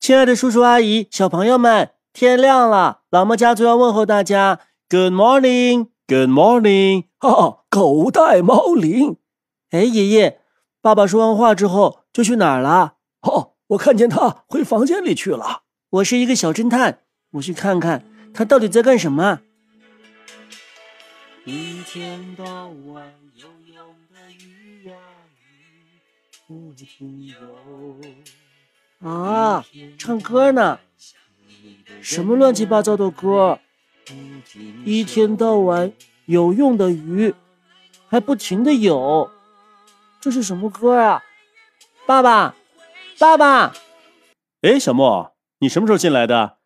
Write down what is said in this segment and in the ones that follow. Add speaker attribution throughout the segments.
Speaker 1: 亲爱的叔叔阿姨、小朋友们，天亮了，老莫家族要问候大家，Good morning，Good morning。
Speaker 2: 哦，狗带猫铃。
Speaker 1: 哎，爷爷，爸爸说完话之后就去哪儿了？
Speaker 2: 哦，我看见他回房间里去了。
Speaker 1: 我是一个小侦探，我去看看他到底在干什么。
Speaker 3: 一天到晚游泳的鱼呀、鱼，不停游。
Speaker 1: 啊，唱歌呢？什么乱七八糟的歌？一天到晚有用的鱼，还不停的游。这是什么歌啊？爸爸，爸爸！
Speaker 4: 哎，小莫，你什么时候进来的？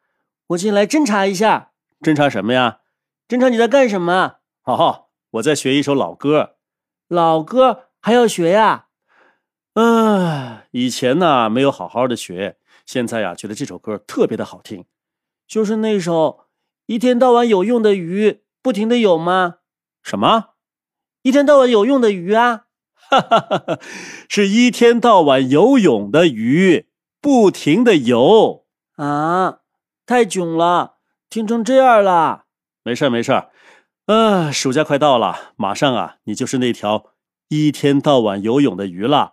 Speaker 1: 我进来侦查一下。
Speaker 4: 侦查什么呀？
Speaker 1: 侦查你在干什么？
Speaker 4: 好、哦，我在学一首老歌。
Speaker 1: 老歌还要学呀？
Speaker 4: 啊，以前呢、啊、没有好好的学，现在呀、啊、觉得这首歌特别的好听，
Speaker 1: 就是那首“一天到晚有用的鱼不停的有”吗？
Speaker 4: 什么？
Speaker 1: 一天到晚有用的鱼啊？
Speaker 4: 哈哈哈！是一天到晚游泳的鱼不停的游
Speaker 1: 啊！太囧了，听成这样了。
Speaker 4: 没事儿，没事儿，啊，暑假快到了，马上啊，你就是那条一天到晚游泳的鱼了。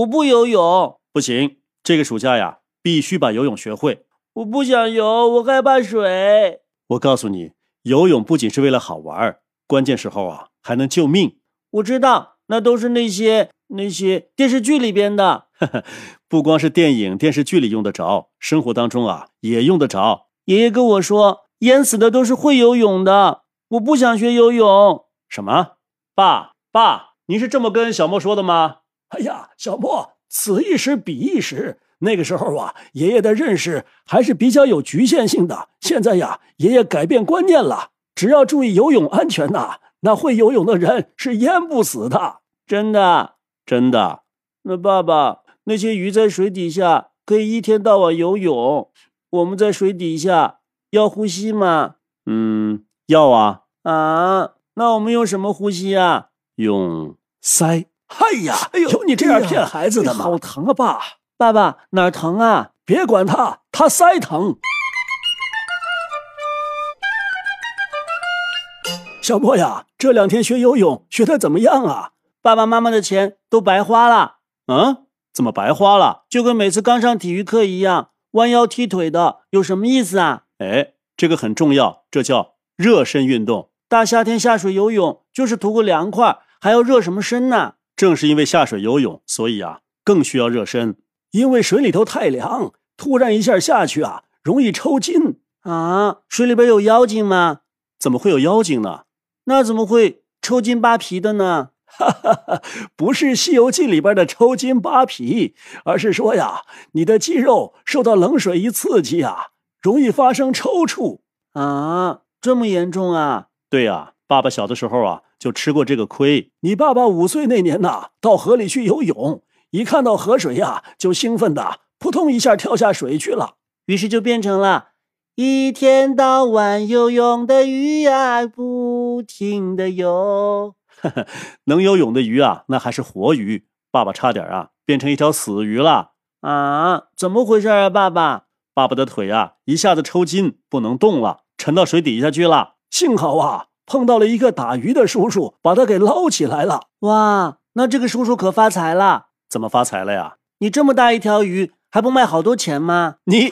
Speaker 1: 我不游泳，
Speaker 4: 不行，这个暑假呀，必须把游泳学会。
Speaker 1: 我不想游，我害怕水。
Speaker 4: 我告诉你，游泳不仅是为了好玩，关键时候啊，还能救命。
Speaker 1: 我知道，那都是那些那些电视剧里边的，
Speaker 4: 不光是电影、电视剧里用得着，生活当中啊也用得着。
Speaker 1: 爷爷跟我说。淹死的都是会游泳的，我不想学游泳。
Speaker 4: 什么？爸爸，您是这么跟小莫说的吗？
Speaker 2: 哎呀，小莫，此一时彼一时。那个时候啊，爷爷的认识还是比较有局限性的。现在呀，爷爷改变观念了，只要注意游泳安全呐、啊，那会游泳的人是淹不死的。
Speaker 1: 真的，
Speaker 4: 真的。
Speaker 1: 那爸爸，那些鱼在水底下可以一天到晚游泳，我们在水底下。要呼吸吗？
Speaker 4: 嗯，要啊。
Speaker 1: 啊，那我们用什么呼吸啊？
Speaker 4: 用
Speaker 2: 鳃。哎呀，哎呦，有你这样骗孩子的吗？
Speaker 1: 哎、好疼啊，爸！爸爸哪儿疼啊？
Speaker 2: 别管他，他腮疼。小莫呀，这两天学游泳学的怎么样啊？
Speaker 1: 爸爸妈妈的钱都白花了。
Speaker 4: 嗯？怎么白花了？
Speaker 1: 就跟每次刚上体育课一样，弯腰踢腿的，有什么意思啊？
Speaker 4: 哎，这个很重要，这叫热身运动。
Speaker 1: 大夏天下水游泳就是图个凉快，还要热什么身呢？
Speaker 4: 正是因为下水游泳，所以啊，更需要热身。
Speaker 2: 因为水里头太凉，突然一下下去啊，容易抽筋
Speaker 1: 啊。水里边有妖精吗？
Speaker 4: 怎么会有妖精呢？
Speaker 1: 那怎么会抽筋扒皮的呢？
Speaker 2: 哈哈哈， 不是《西游记》里边的抽筋扒皮，而是说呀，你的肌肉受到冷水一刺激啊。容易发生抽搐
Speaker 1: 啊，这么严重啊？
Speaker 4: 对呀、啊，爸爸小的时候啊就吃过这个亏。
Speaker 2: 你爸爸五岁那年呐、啊，到河里去游泳，一看到河水呀、啊，就兴奋的扑通一下跳下水去了，
Speaker 1: 于是就变成了一天到晚游泳的鱼呀，不停的游。
Speaker 4: 能游泳的鱼啊，那还是活鱼。爸爸差点啊变成一条死鱼了
Speaker 1: 啊！怎么回事啊，爸爸？
Speaker 4: 爸爸的腿啊，一下子抽筋，不能动了，沉到水底下去了。
Speaker 2: 幸好啊，碰到了一个打鱼的叔叔，把他给捞起来了。
Speaker 1: 哇，那这个叔叔可发财了！
Speaker 4: 怎么发财了呀？
Speaker 1: 你这么大一条鱼，还不卖好多钱吗？
Speaker 2: 你，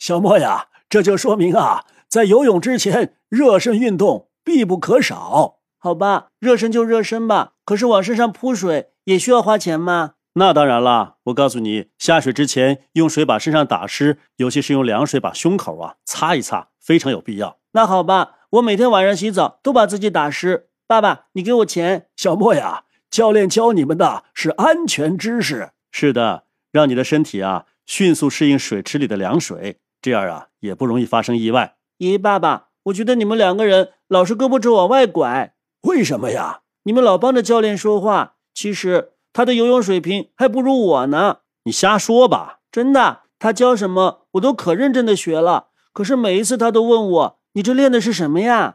Speaker 2: 小莫呀，这就说明啊，在游泳之前，热身运动必不可少。
Speaker 1: 好吧，热身就热身吧。可是往身上扑水也需要花钱吗？
Speaker 4: 那当然啦！我告诉你，下水之前用水把身上打湿，尤其是用凉水把胸口啊擦一擦，非常有必要。
Speaker 1: 那好吧，我每天晚上洗澡都把自己打湿。爸爸，你给我钱。
Speaker 2: 小莫呀，教练教你们的是安全知识。
Speaker 4: 是的，让你的身体啊迅速适应水池里的凉水，这样啊也不容易发生意外。
Speaker 1: 爷爷、爸爸，我觉得你们两个人老是胳膊肘往外拐，
Speaker 2: 为什么呀？
Speaker 1: 你们老帮着教练说话，其实。他的游泳水平还不如我呢，
Speaker 4: 你瞎说吧！
Speaker 1: 真的，他教什么我都可认真的学了。可是每一次他都问我：“你这练的是什么呀？”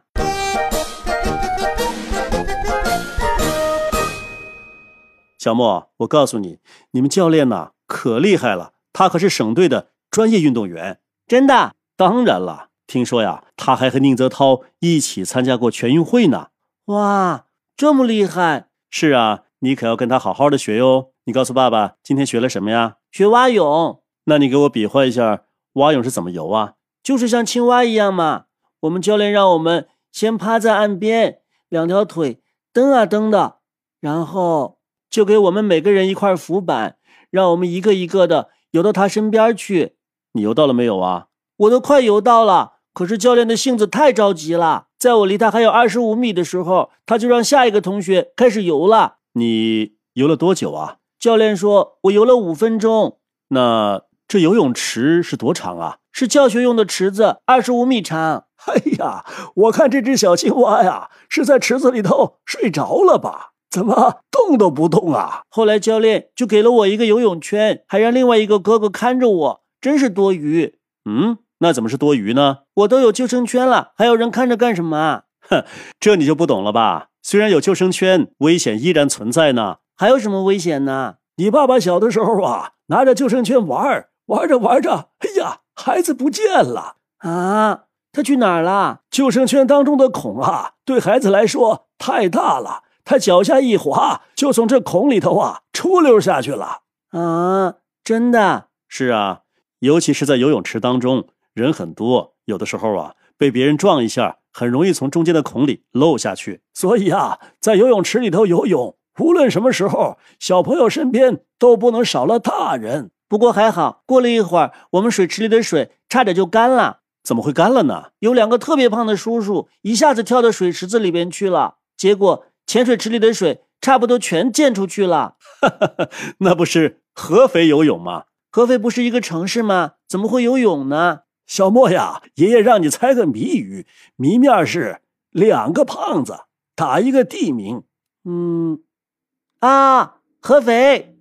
Speaker 4: 小莫，我告诉你，你们教练呐、啊、可厉害了，他可是省队的专业运动员。
Speaker 1: 真的？
Speaker 4: 当然了，听说呀，他还和宁泽涛一起参加过全运会呢。
Speaker 1: 哇，这么厉害！
Speaker 4: 是啊，你可要跟他好好的学哟。你告诉爸爸，今天学了什么呀？
Speaker 1: 学蛙泳
Speaker 4: 那你给我比划一下，蛙泳是怎么游啊？
Speaker 1: 就是像青蛙一样嘛。我们教练让我们先趴在岸边，两条腿蹬啊蹬的，然后就给我们每个人一块浮板，让我们一个一个的游到他身边去。
Speaker 4: 你游到了没有啊？
Speaker 1: 我都快游到了，可是教练的性子太着急了，在我离他还有二十五米的时候，他就让下一个同学开始游了。
Speaker 4: 你游了多久啊？
Speaker 1: 教练说，我游了五分钟，
Speaker 4: 那这游泳池是多长啊？
Speaker 1: 是教学用的池子，二十五米长。
Speaker 2: 哎呀，我看这只小青蛙呀，是在池子里头睡着了吧？怎么动都不动啊？
Speaker 1: 后来教练就给了我一个游泳圈，还让另外一个哥哥看着我，真是多余。
Speaker 4: 嗯，那怎么是多余呢？
Speaker 1: 我都有救生圈了，还有人看着干什么啊？
Speaker 4: 这你就不懂了吧？虽然有救生圈，危险依然存在呢。
Speaker 1: 还有什么危险呢？
Speaker 2: 你爸爸小的时候啊，拿着救生圈玩儿，玩着玩着，哎呀，孩子不见了。
Speaker 1: 啊，他去哪儿了？
Speaker 2: 救生圈当中的孔啊，对孩子来说太大了，他脚下一滑，就从这孔里头啊出溜下去了。
Speaker 1: 啊，真的？
Speaker 4: 是啊，尤其是在游泳池当中，人很多，有的时候啊，被别人撞一下，很容易从中间的孔里漏下去。
Speaker 2: 所以啊，在游泳池里头游泳，无论什么时候，小朋友身边都不能少了大人。
Speaker 1: 不过还好，过了一会儿，我们水池里的水差点就干了，
Speaker 4: 怎么会干了呢？
Speaker 1: 有两个特别胖的叔叔一下子跳到水池子里边去了，结果潜水池里的水差不多全溅出去了。
Speaker 4: 那不是合肥游泳吗？
Speaker 1: 合肥不是一个城市吗？怎么会游泳呢？
Speaker 2: 小莫呀，爷爷让你猜个谜语，谜面是两个胖子打一个地名。
Speaker 1: 嗯，啊，合肥。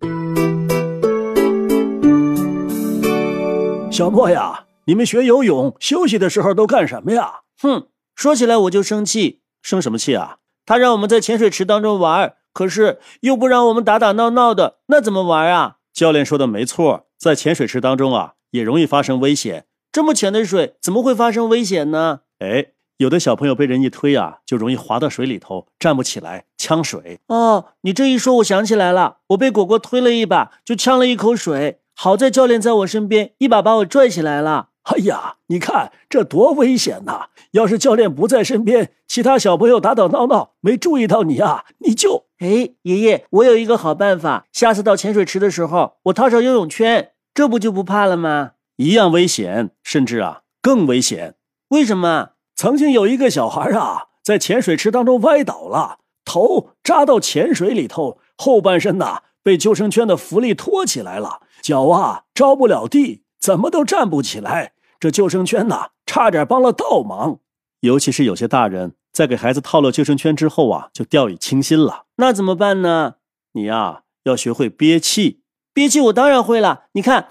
Speaker 2: 小莫呀，你们学游泳休息的时候都干什么呀？
Speaker 1: 哼，说起来我就生气。
Speaker 4: 生什么气啊？
Speaker 1: 他让我们在潜水池当中玩儿，可是又不让我们打打闹闹的，那怎么玩啊？
Speaker 4: 教练说的没错，在潜水池当中啊，也容易发生危险。
Speaker 1: 这么浅的水怎么会发生危险呢？
Speaker 4: 哎，有的小朋友被人一推啊，就容易滑到水里头，站不起来，呛水。
Speaker 1: 哦，你这一说，我想起来了，我被果果推了一把，就呛了一口水。好在教练在我身边，一把把我拽起来了。
Speaker 2: 哎呀，你看这多危险呐、要是教练不在身边，其他小朋友打打闹闹没注意到你啊，你就
Speaker 1: 哎，爷爷，我有一个好办法，下次到潜水池的时候，我套上游泳圈，这不就不怕了吗？
Speaker 4: 一样危险，甚至啊更危险。
Speaker 1: 为什么？
Speaker 2: 曾经有一个小孩啊，在潜水池当中歪倒了，头扎到潜水里头，后半身呐、被救生圈的浮力托起来了，脚啊着不了地，怎么都站不起来。这救生圈呐、差点帮了倒忙。
Speaker 4: 尤其是有些大人在给孩子套了救生圈之后啊，就掉以轻心了。
Speaker 1: 那怎么办呢？
Speaker 4: 你呀、要学会憋气。
Speaker 1: 憋气我当然会了，你看，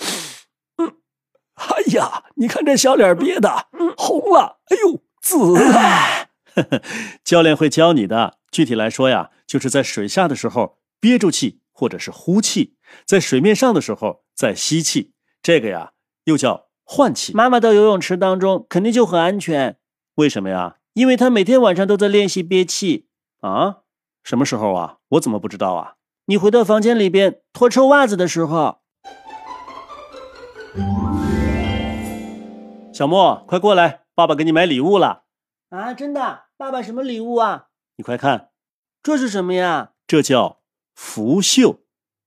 Speaker 2: 哎呀，你看这小脸憋的红了，哎呦，紫了。
Speaker 4: 教练会教你的。具体来说呀，就是在水下的时候憋住气或者是呼气，在水面上的时候再吸气。这个呀又叫换气。
Speaker 1: 妈妈到游泳池当中肯定就很安全，
Speaker 4: 为什么呀？
Speaker 1: 因为她每天晚上都在练习憋气。
Speaker 4: 啊，什么时候啊？我怎么不知道啊？
Speaker 1: 你回到房间里边脱臭袜子的时候，
Speaker 4: 小莫，快过来，爸爸给你买礼物了。
Speaker 1: 啊，真的，爸爸什么礼物啊？
Speaker 4: 你快看，
Speaker 1: 这是什么呀？
Speaker 4: 这叫拂袖。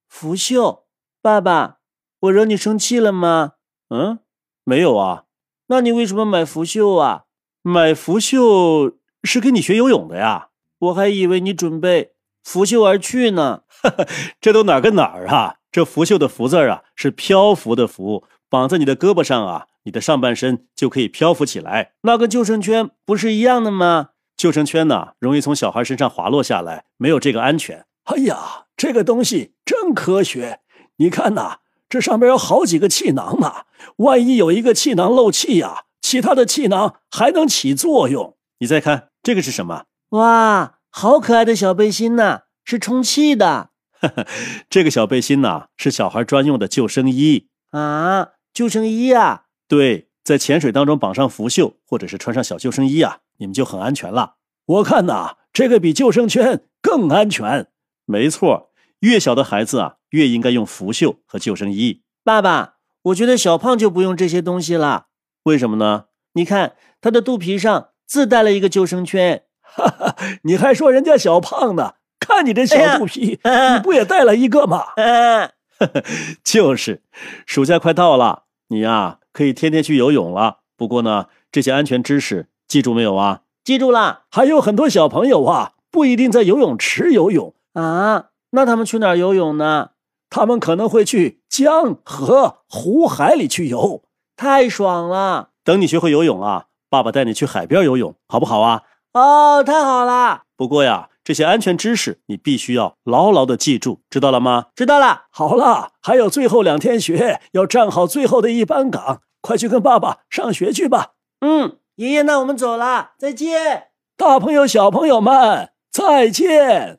Speaker 1: 拂袖。爸爸，我惹你生气了吗？
Speaker 4: 嗯，没有啊，
Speaker 1: 那你为什么买拂袖啊？
Speaker 4: 买拂袖是跟你学游泳的呀。
Speaker 1: 我还以为你准备拂袖而去呢。
Speaker 4: 这都哪儿跟哪儿啊？这拂袖的拂字儿啊，是漂浮的浮，绑在你的胳膊上啊，你的上半身就可以漂浮起来。
Speaker 1: 那跟救生圈不是一样的吗？
Speaker 4: 救生圈呢、容易从小孩身上滑落下来，没有这个安全。
Speaker 2: 哎呀，这个东西真科学！你看呐、这上边有好几个气囊呢、万一有一个气囊漏气呀、其他的气囊还能起作用。
Speaker 4: 你再看这个是什么？
Speaker 1: 哇，好可爱的小背心呐、是充气的
Speaker 4: 这个小背心呢、是小孩专用的救生衣。
Speaker 1: 啊！
Speaker 3: 救生衣啊。
Speaker 1: 对，在潜水当中绑上浮袖，或者是穿上小救生衣啊，你们就很安全了。
Speaker 5: 我看呐、这个比救生圈更安全。
Speaker 1: 没错，越小的孩子啊，越应该用浮袖和救生衣。
Speaker 3: 爸爸，我觉得小胖就不用这些东西了。
Speaker 1: 为什么呢？
Speaker 3: 你看他的肚皮上自带了一个救生圈。
Speaker 5: 你还说人家小胖呢？看你这
Speaker 3: 哎
Speaker 5: 小肚皮，你不也带了一个吗？
Speaker 3: 啊
Speaker 1: 就是，暑假快到了，你呀、可以天天去游泳了。不过呢，这些安全知识记住没有啊？
Speaker 3: 记住啦
Speaker 5: 还有很多小朋友啊，不一定在游泳池游泳，
Speaker 3: 啊！那他们去哪儿游泳呢？
Speaker 5: 他们可能会去江河、湖海里去游。
Speaker 3: 太爽了！
Speaker 1: 等你学会游泳啊，爸爸带你去海边游泳，好不好啊？
Speaker 3: 哦，太好了，
Speaker 1: 不过呀，这些安全知识你必须要牢牢的记住，知道了吗？
Speaker 3: 知道了。
Speaker 5: 好了，还有最后两天学，要站好最后的一班岗，快去跟爸爸上学去吧，
Speaker 3: 嗯，爷爷，那我们走了，再见。
Speaker 5: 大朋友、小朋友们，再见。